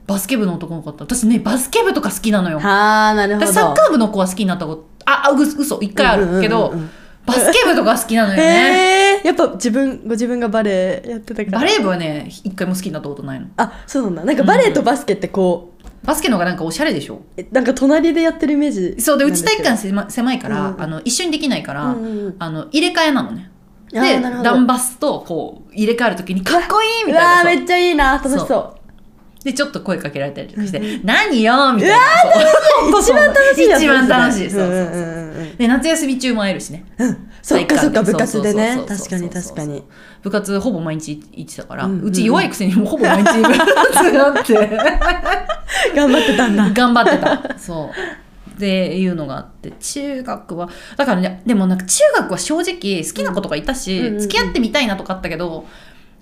バスケ部の男の子だった私ねバスケ部とか好きなのよはあなるほど私サッカー部の子は好きになったことああう嘘一回あるけど、うんうんうんバスケ部とか好きなのよねへえやっぱ自分ご自分がバレエやってたからバレー部はね一回も好きになったことないのあそうなんだなんかバレエとバスケってこう、バスケの方がなんかおしゃれでしょえなんか隣でやってるイメージそうでうち体育なん館狭狭いから、うんあの一緒にできないから、うんうんうんあの入れ替えなのねあでーなるほどダンバスとこう入れ替えるときにかっこいいみうわたーいなそめっちゃいいな楽しそううでちょっと声かけられたりとかしてう「ん何よ!」みたいなそう一番楽しいやつ一番楽しいですそうそねうそううんうんうんうんで夏休み中も会えるしねそっかそっ体か部育館活でねそうそう確そかうそうに確かに部活ほぼ毎日行ってたから、ううんうんうんち弱いくせにもうほぼ毎日部活があって 頑張ってた んだ頑張ってたそうっていうのがあって中学はだからねでもなんか中学は正直好きな子とかいたし、うんうんうん付き合ってみたいなとかあったけど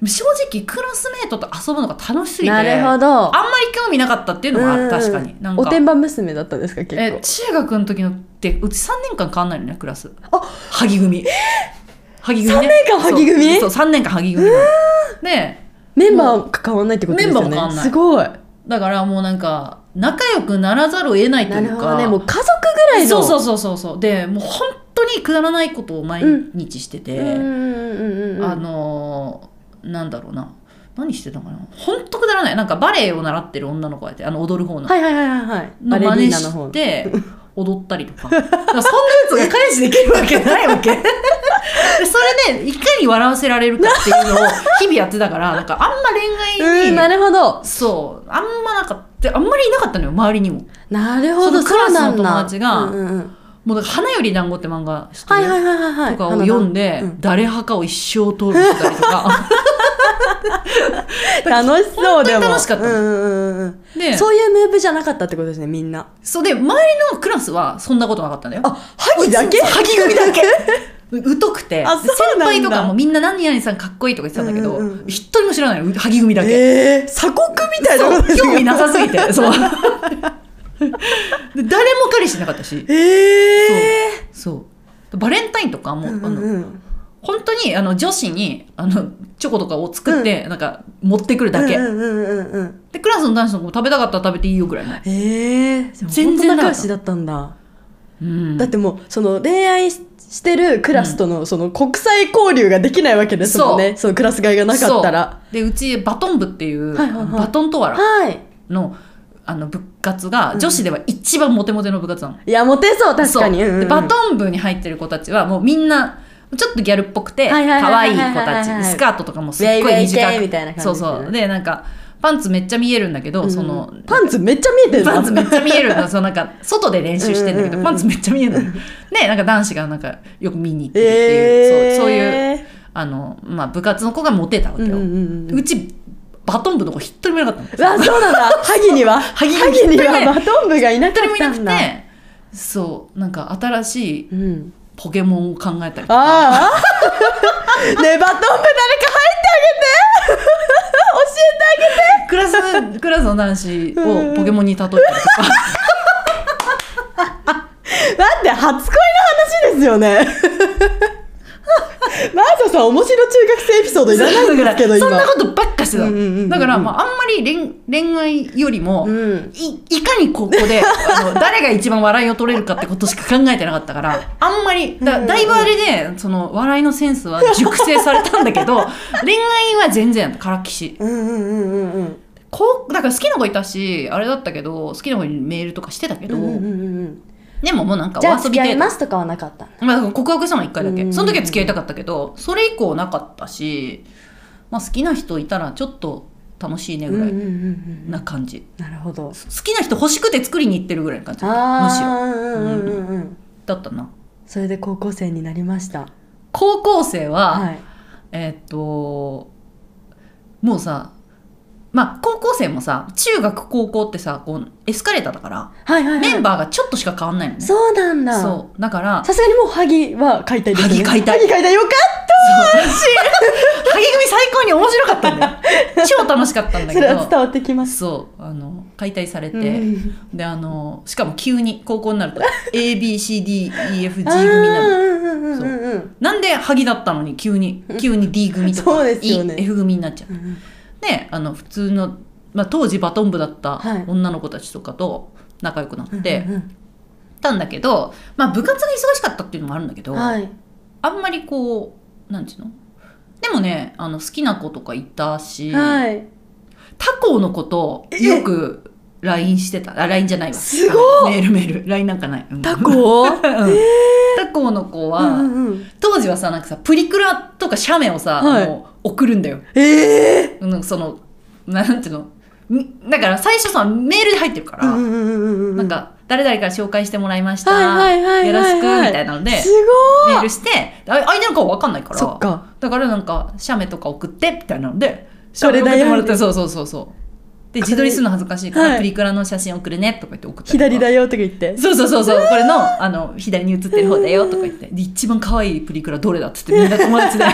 正直クラスメートと遊ぶのが楽しすぎてなるほあんどまり興味なかったっていうのもある、うん確かに。なんおかてんば娘だったんですか結え構中学の時のってうち3年間変わんないのねクラスあ萩組萩組、ね、三年間萩組そうそう3年間萩組なのでメンバーが変わんないってことですよねメンバーも変わんないすごいだからもうなんか仲良くならざるを得ないとないうるほかどねもう家族ぐらいのそうそうそうそうそうでもう本当にくだらないことを毎日してて、うんうんうんうんうんあのーなんだろうな何してたかな本当くだらないなんかバレエを習ってる女の子がいてあの踊る方のはいはいはいはいはいのバレ真リー似ナの方して踊ったりとかだからそんなやつが彼氏できるわけない わけでそれでいかに笑わせられるかっていうのを日々やってたからなんかあんま恋愛に、うんなるほどそうあんまなかったあんまりいなかったのよ周りにもなるほそどのクラスの友達がそうなんだうんうんうんもうだから花より団子って漫画知ってる、はいはいはいはいはいとかを読んで、うん誰派かを一生通るたりと か楽しそうで本当もに楽しかったうんうんうんうんでそういうムーブじゃなかったってことですねみんなそうで周りのクラスはそんなことなかったんだよあ萩だけ萩組 だけう疎くてであそう先なんだ輩とかもみんな何々さんかっこいいとか言ってたんだけど、うんうんうん一人も知らないの萩組だけ、ええ鎖国みたいなそことでうすよ 興味なさすぎ てそうで誰も彼氏いなかったしええそうバレンタインとかも、うんあうんのうん本当にあの女子にあのチョコとかを作って、なんか持ってくるだけ、うんうんうんうんうんでクラスの男子の子も食べたかったら食べていいよぐらいの、ええ全全然然なか仲った良しだったんだうんだってもうその恋愛ししてるクラスとのその国際交流ができないわけですもんねそのクラス替えがなかったらそうでうちバトン部っていう、はいはいはいバトントワラはいのあの部活が女子では一番モテモテの部活なの、いやモテそう確かにそううんうんでバトン部に入ってる子たちはもうみんなちょっとギャルっぽくて可はいはいはい愛はいい子はいたはいちスカートとかもすっごいウェイウェイ系短くみたいな感じそうそうでなんかパンツめっちゃ見えるんだけど、うんそのパンツめっちゃ見えてるパンツめっちゃ見えるのそのなんか外で練習してんだけど、うんうんうんパンツめっちゃ見え るのでなんか男子がなんかよく見に行ってるっていう、ええそうそういうあの、まあ、部活の子がモテたわけうんよ、ううんうんちバトン部の子一人もいなかったのうわそうなんだ萩には 萩萩にはバトン部がいなか一人っもいたなくんだてそうなんか新しいうんポケモンを考えたりとか ああねえバトン部誰か入ってあげて 教えてあげてクラス クラスの男子をポケモンに例えたりとか 待って初恋の話ですよねマーサさん面白中学生エピソードいらないんですけどそ今んなことばっかしてたの、うんうんうんうんだから、まあ、あんまり恋恋愛よりも、うんいいかにここであ の誰が一番笑いを取れるかってことしか考えてなかったからあんまりだだいぶあれでその笑いのセンスは熟成されたんだ けど恋愛は全然からっきしうんうんうんうんうんこうだから好きな子いたしあれだったけど好きな子にメールとかしてたけど、うんうんうんうんでももうなんかじゃあお遊付びき合い程度ますとかはなかったまあ、告白したのは1回だうんうんうけんその時は付き合いたかったけどそれ以降なかったし、まあ、好きな人いたらちょっと楽しいねうぐんうんらうんういんな感じ、なるほど好きな人欲しくて作りに行ってるぐらいの感じだったむしろあーうんうんうんうんだったなそれで高校生になりました高校生は、はいえーっともうさまあ高校生もさ中学高校ってさこうエスカレーターだからはいはいはいメンバーがちょっとしか変わんないのねそうなんだそうだからさすがにもう萩は解体ですね萩解体萩解体よかっ萩組最高に面白かったんだよ超楽しかったんただそけれは伝どわってきますそうあの解体されて、うんであのしかも急に高校になると ABCDEFG 組にあーなるうんうんうんうんうんなんで萩だったのに急に急に D 組とそか、うですよね E F 組になっちゃううんであの普通の、まあ、当時バトン部だったはい女の子たちとかと仲良くなっうんて、うんうんたんだけど、まあ、部活が忙しかったっていうのもあるんだけど、はいあんまりこうなんていうのでもねあの好きな子とかいたし、はい他校の子とよく LINE してたあ LINE じゃないわすごいメールメール LINE なんかない、うんタコ うん他校の子は、うんうん当時はさなんかさプリクラとか写メをさ、はいあの送るんだよええうんそのなんていうのみだから最初さメールで入ってるから、ななんか誰々から紹介してもらいました、はいはいはいはいはいよろしくみたいなのですごメいールしてあ相手の顔わかんないからそっかだからなんか写メとか送ってみたいなので写こメれ送っだよてもらってそうそうそうそうでこれ自撮りするの恥ずかしいから、はいプリクラの写真送るねとか言って送ったりとか左だよとか言ってそうそうそうそうこれのあの左に写ってる方だよとか言ってで一番可愛いプリクラどれだっつってみんな友 達で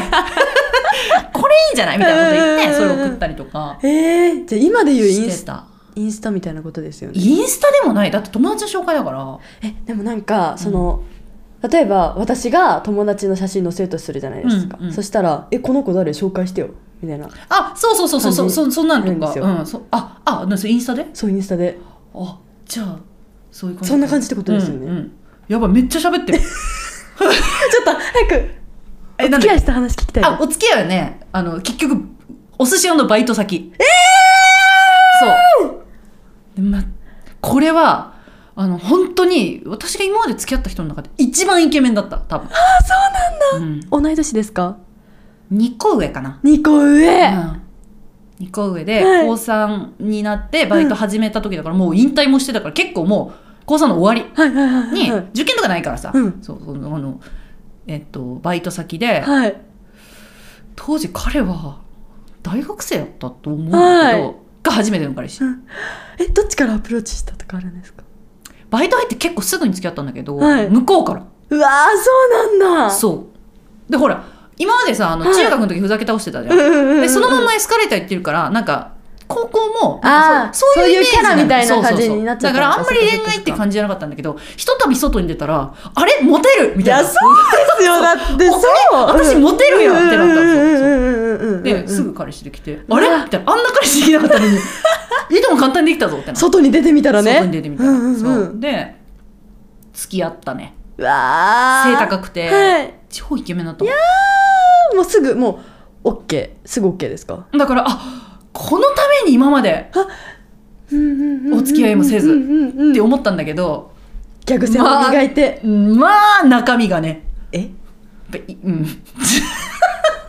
これいいんじゃないみたいなこと言ってそれ送ったりとかええじゃあ今で言うインしスてたインスタみたいなことですよねインスタでもないだって友達の紹介だからえでもなんかその、例えば私が友達の写真載せるとするじゃないですか、うんうんそしたら「えこの子誰紹介してよ」みたいなあそうそうそうそうそうそそんなんあとるんですよかうんそああなんかそれインスタでそうインスタであじゃあそういう感じそんな感じってことですようねんうんやばいめっちゃ喋ってるちょっと早くえおなん付き合でいした話聞きた いあですお付き合いはねあの結局お寿司屋のバイト先ええそうでまこれはあの本当に私が今まで付き合った人の中で一番イケメンだった多分あそうなんだ、同い年ですかうん、2個上かな2個上うん、2個上ではい高3になってバイト始めた時だからもう引退もしてたから結構もう高3の終わはいはいはいりに、はい受験とかないからさ、うんそうそのあのえっとバイト先で、はい当時彼は大学生やったと思うんだけど、はいが初めての彼氏えどっちからアプローチしたとかあるんですかバイト入って結構すぐに付き合ったんだけど、はい向こうからうわーそうなんだそうでほら今までさあのはい中学の時ふざけ倒してたじゃん、うでそのまままエスカレーター行ってるからなんか高校もあなんーかそうそういうイメージそういうキャラみたいなそうそうそう感じになっちゃだったからあんまり恋愛って感じじゃなかったんだけどひとたび外に出たらあれモテるみいたやいなそうですよだってそう私モテるやんってなったんですよそうでですぐ彼氏できて、んあれみたいなあんな彼氏できなかったの にいとも簡単にできたぞってなって外に出てみたらね外に出てみたら、うんうんうんそうで付き合ったねうわー背高くて、はい超イケメンだったもんあもうすぐもうオッケーすぐオッケーですかだからあこのために今までおお付き合いもせずってず思ったんだけど、逆線を磨いてまあ中身がねえやっぱいうん、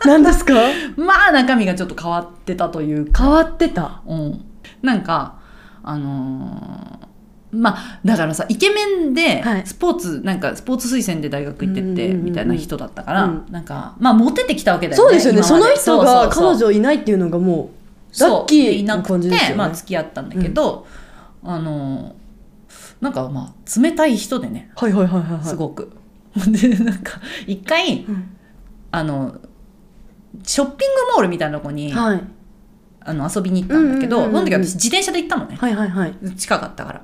何で すかまあ中身がちょっと変わってたというか、変わってたうん、なんかあのーまあだからさイケメンではいスポーツ、なんかスポーツ推薦で大学行ってうんうんてうんうんみたいな人だったから、うんなんかまあモテてきたわけだよねそうですよね今そまので人がそう彼そうそう女いないっていうのがもうそうラッキでいーななくて感じですよねまあ、付き合ったんだけど、あのなんかまあ冷たい人でねはいはいはいはいはいすごく。 でなんか一回うんあのショッピングモールみたいなとこに、はいあの遊びに行ったんだけど、うんうんうんうそんの時私自転車で行ったのねはいはいはい近かったから。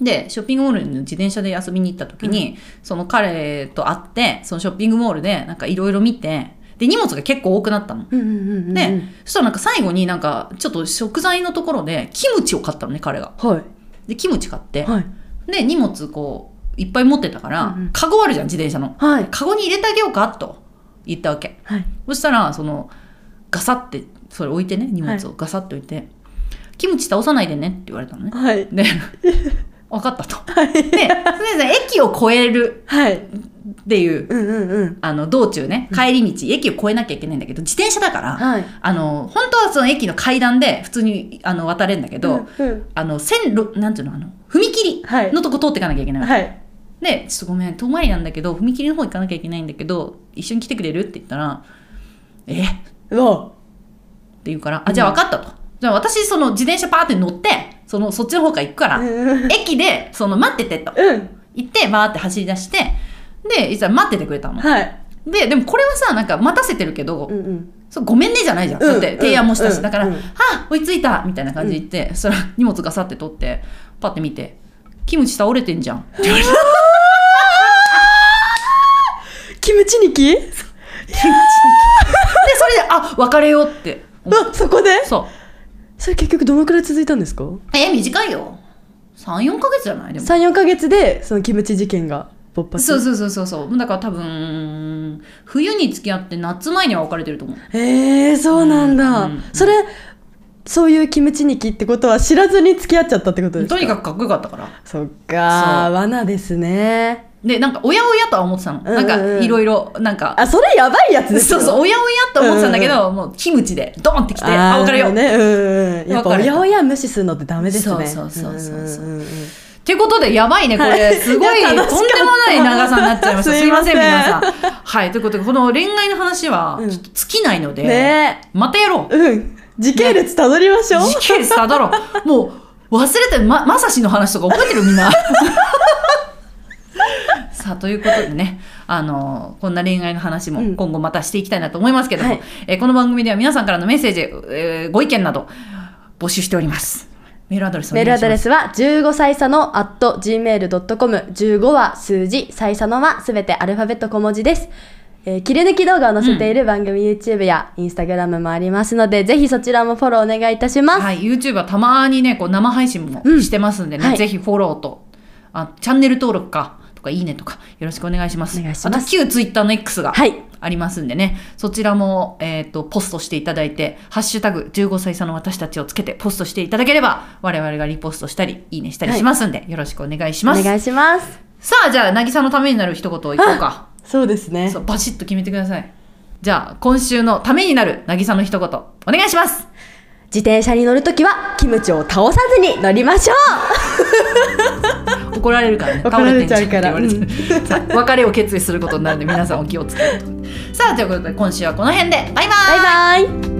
でショッピングモールに自転車で遊びに行った時に、その彼と会ってそのショッピングモールでなんかいろいろ見てで荷物が結構多くなったの。うんうんうんうんでそしたらなんか最後になんかちょっと食材のところでキムチを買ったのね彼が。はでキムチ買ってい、はいで荷物こういっぱい持ってたから、うんうんカゴあるじゃん自転車の。はいカゴに入れてあげようかと言ったわけ。はいそしたらそのガサってそれ置いてね荷物をガサって置いて、キムチ倒さないでね」って言われたのね。はい で分かったと。はいでそれで駅を越えるはいっていううんうんうんあの道中ね帰り道、駅を越えなきゃいけないんだけど自転車だからはいあの本当はその駅の階段で普通にあの渡れるんだけど、うんうんあの線路なんていうのあの踏切はいのとこ通っていかなきゃいけないわけはいで、ちょっとごめん、遠回りなんだけど、踏切の方行かなきゃいけないんだけど、一緒に来てくれるって言ったら、えってうわ言うから、あ、じゃあ分かったと。じゃあ私、その自転車パーって乗って、その、そっちの方から行くから、うん駅で、その、待っててと。うん行って、バーって走り出して、で、実は待っててくれたの。はいで、でもこれはさ、なんか待たせてるけど、うんうんそうごめんねじゃないじゃん。うんだって提案もしたし、うんだから、うんはあ、追いついたみたいな感じで言って、そしたら荷物がさって取って、パって見て、キムチ倒れてんじゃん って言われた。キムチニキ で、それで、あ、別れようって思っあそこでた。そう。それ結局どのくらい続いたんですかえ短いよ34ヶ月じゃないでも34か月でそのキムチ事件が勃発そうそうそうそうそうだから多分冬に付き合って夏前には別れてると思うへえそうなんだ、うんうんそれそういうキムチニキってことは知らずに付き合っちゃったってことですかとにかくくかっこよかったからそっかー罠ですねでなんかおやおやとは思ってたの、うんうんなんかいろいろなんかあそれやばいやつですそようそうおやおやと思ってたんだけど、もうキムチでドンってきてあ別れよう、うねうんうんやっぱお別れよやおや無視するのってダメですねそうそうそうそううんうんうんってことでやばいねこれ、はいすごいいとやんで楽しかったもない長さになっちゃいましたすすいいまませんせん皆さんはいということでこの恋愛の話はうんちょっと尽きないので、ねまたやろうえうん時系列たどりましょう、時系列たどろう。もう忘れてま、まさしの話とか覚えてるみん な。さあということでねあのこんな恋愛の話もうん今後またしていきたいなと思いますけども、はいえーこの番組では皆さんからのメッセージ、えーご意見など募集しておりますメールアドレスおメ願いーしルまアすドレスは15歳差の at gmail.com 15は数字、歳差のはすべてアルファベット小文字です、えー切り抜き動画を載せている番組 YouTube や Instagram もありますのでぜひそちらもフォローお願いいたします、はい、YouTube はたまにねこう生配信もうんしてますんでね、はいぜひフォローとあチャンネル登録かとかいいねとかよろしくお願いしますお願いしますあと旧 Twitter の X がはいありますんでね、そちらも、えー、とポストしていただいて「ハッシュタグ #15 歳差の私たち」をつけてポストしていただければ我々がリポストしたりいいねしたりしますんで、よろしくお願いしますお願いしますさあじゃあ渚のためになる一言をいこうかそうですねそうバシッと決めてくださいじゃあ今週のためになる渚の一言お願いします自転車に乗るときはキムチを倒さずに乗りましょう怒られるからね怒られちゃう倒かられてんじゃんって言われて さあ別れを決意することになるんで皆さんお気をつけてさあということで今週はこの辺でバイバイバイバイ